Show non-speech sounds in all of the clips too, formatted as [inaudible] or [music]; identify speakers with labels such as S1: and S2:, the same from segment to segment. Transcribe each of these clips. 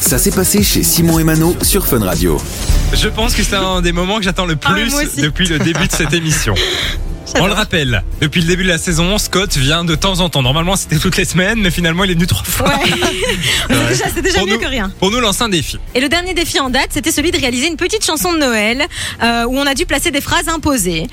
S1: Ça s'est passé chez Simon et Mano sur Fun Radio.
S2: Je pense que c'est un des moments que j'attends le
S3: Ah ouais,
S2: plus
S3: moi aussi.
S2: depuis le début de cette
S3: [laughs]
S2: émission. On le rappelle, depuis le début de la saison, Scott vient de temps en temps. Normalement, c'était toutes les semaines, mais finalement, il est venu trois fois.
S3: [laughs]
S2: [laughs]
S3: C'est déjà, c'est déjà
S2: Pour
S3: mieux
S2: nous-
S3: que rien.
S2: Pour nous lancer un défi.
S3: Et le dernier défi en date, c'était celui de réaliser une petite chanson de Noël euh, où on a dû placer des phrases imposées.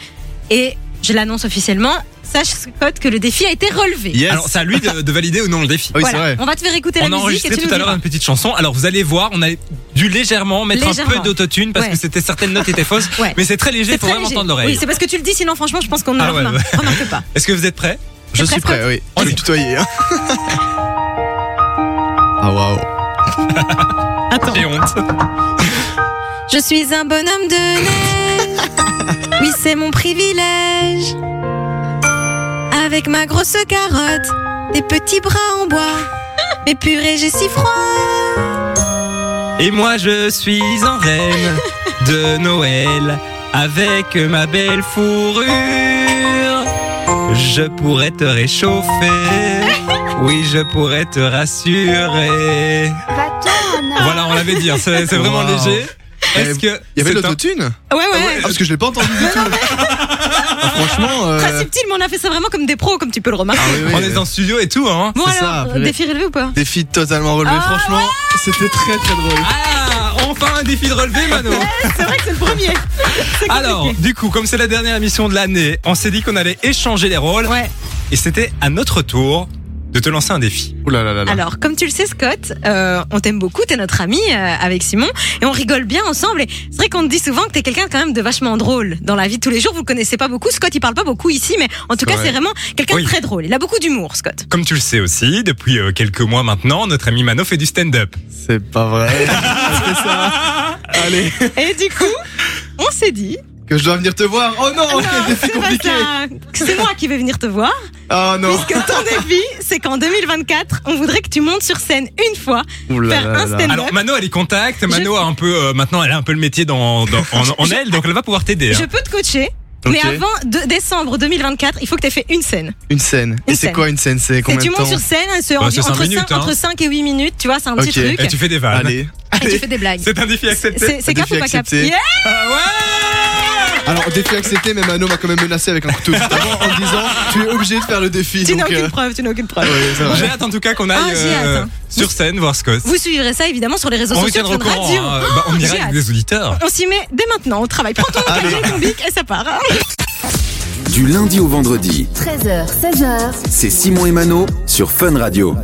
S3: Et je l'annonce officiellement, sache Scott que le défi a été relevé.
S4: Yes.
S2: Alors, c'est à lui de, de valider ou non le défi.
S4: oui,
S3: Voilà.
S4: c'est vrai.
S3: On va te faire écouter
S2: On a
S3: la musique et
S2: enregistré
S3: tu nous
S2: tout à l'heure
S3: diras.
S2: une petite chanson. Alors vous allez voir, on a dû légèrement mettre un
S3: Légèrement.
S2: peu d'autotune parce
S3: Ouais.
S2: que c'était certaines notes étaient fausses,
S3: Ouais.
S2: mais c'est très léger,
S3: C'est
S2: il faut
S3: très
S2: vraiment
S3: léger.
S2: entendre l'oreille.
S3: Oui, c'est parce que tu le dis, sinon franchement, je pense qu'on ne
S2: Ah
S3: le
S2: ouais,
S3: remarque- remarque pas.
S2: Est-ce que vous êtes prêts
S4: Je
S3: T'es
S4: suis
S3: prêt,
S4: prêt, oui.
S2: On
S4: Je
S2: y va.
S4: vais tutoyer. [laughs] hein. Ah waouh.
S3: Attends.
S2: J'ai honte.
S3: Je suis un bonhomme de neige. Oui, c'est mon privilège. Avec ma grosse carotte, des petits bras en bois. Mais purée, j'ai si froid.
S2: Et moi je suis en reine de Noël avec ma belle fourrure. Je pourrais te réchauffer. Oui, je pourrais te rassurer. Voilà, on l'avait dit, hein, c'est c'est vraiment
S4: Wow.
S2: léger. Est-ce
S4: Eh,
S2: que
S4: Il y avait de
S2: c'est un-
S4: l'autotune
S3: Ouais, ouais.
S4: Ah, parce que je l'ai pas entendu [laughs] du tout. Ah, franchement. euh,
S3: Très subtil, mais on a fait ça vraiment comme des pros, comme tu peux le remarquer.
S4: ah oui, oui,
S2: On
S4: euh,
S2: est dans le studio et tout, hein.
S3: Bon,
S4: c'est ça,
S3: alors,
S4: purée.
S3: défi relevé ou pas
S4: Défi totalement relevé.
S3: Ah,
S4: franchement, c'était très très drôle.
S2: Ah, enfin un défi de relevé, Mano.
S3: C'est vrai que c'est le premier.
S2: Alors, du coup, comme c'est la dernière émission de l'année, on s'est dit qu'on allait échanger les rôles.
S3: Ouais.
S2: Et c'était à notre tour de te lancer un défi.
S4: Ouh là là là là.
S3: Alors, comme tu le sais, Scott, euh, on t'aime beaucoup, t'es notre ami euh, avec Simon, et on rigole bien ensemble. Et c'est vrai qu'on te dit souvent que t'es quelqu'un quand même de vachement drôle dans la vie de tous les jours. Vous le connaissez pas beaucoup, Scott, il parle pas beaucoup ici, mais en tout cas,
S4: vrai.
S3: c'est vraiment quelqu'un
S2: Oui.
S3: de très drôle. Il a beaucoup d'humour, Scott.
S2: Comme tu le sais aussi, depuis euh, quelques mois maintenant, notre ami Mano fait du stand-up.
S4: C'est pas [laughs] vrai. C'est ça. Allez,
S3: [laughs] Et du coup, [laughs] on s'est dit,
S4: que je dois venir te voir. Oh non, quel défi
S3: c'est pas
S4: compliqué.
S3: ça. C'est moi qui vais venir te voir,
S4: Oh non.
S3: puisque ton défi, c'est qu'en 2024, on voudrait que tu montes sur scène une fois.
S4: Ouh là
S3: faire
S4: là
S3: un
S4: là.
S3: stand-up.
S2: Alors Mano, elle est contact. Mano
S3: Je-
S2: a un peu euh, maintenant, elle a un peu le métier dans, dans- en,
S3: [laughs]
S2: en elle, donc elle va pouvoir t'aider. hein.
S3: Je peux te coacher. Mais
S4: Ok.
S3: avant de décembre 2024, il faut que tu aies fait une scène.
S4: Une scène.
S3: Une
S4: Et c'est
S3: scène.
S4: quoi une scène C'est
S3: C'est
S4: combien
S3: tu
S4: de temps
S3: montes sur scène, c'est
S2: Bah,
S3: en-
S2: c'est cinq
S3: entre, cinq-
S2: minutes, hein.
S3: entre 5 et 8 minutes, tu vois, c'est un petit
S4: Ok.
S3: truc.
S2: Et Eh, tu fais des vannes.
S4: Allez.
S3: Et tu fais des blagues.
S2: C'est un défi accepté.
S3: C'est c'est
S4: défi
S3: cap ou pas cap
S4: accepté.
S3: Yeah
S2: Ah ouais
S4: Alors, défi accepté, mais Mano m'a quand même menacé avec un couteau tout à l'heure en me disant Tu es obligé de faire le défi.
S3: Tu n'as
S4: donc,
S3: aucune
S4: euh,
S3: preuve, tu n'as aucune preuve.
S4: ouais, c'est
S2: J'ai
S4: vrai.
S2: hâte en tout cas qu'on aille euh,
S3: Ah, j'ai hâte, hein.
S2: sur scène voir Scott.
S3: Vous suivrez ça évidemment sur les réseaux
S2: on
S3: sociaux de
S2: tiendra au
S3: Fun
S2: courant.
S3: Radio.
S2: hein. Bah, on
S3: j'ai
S2: ira avec
S3: hâte.
S2: des auditeurs.
S3: On s'y met dès maintenant, on travaille.
S2: [laughs]
S3: Prends ton
S2: Ah,
S3: carnet et ton bic et ça part. hein.
S1: Du lundi au vendredi,
S5: 13h, 16h,
S1: c'est Simon et Mano sur Fun Radio.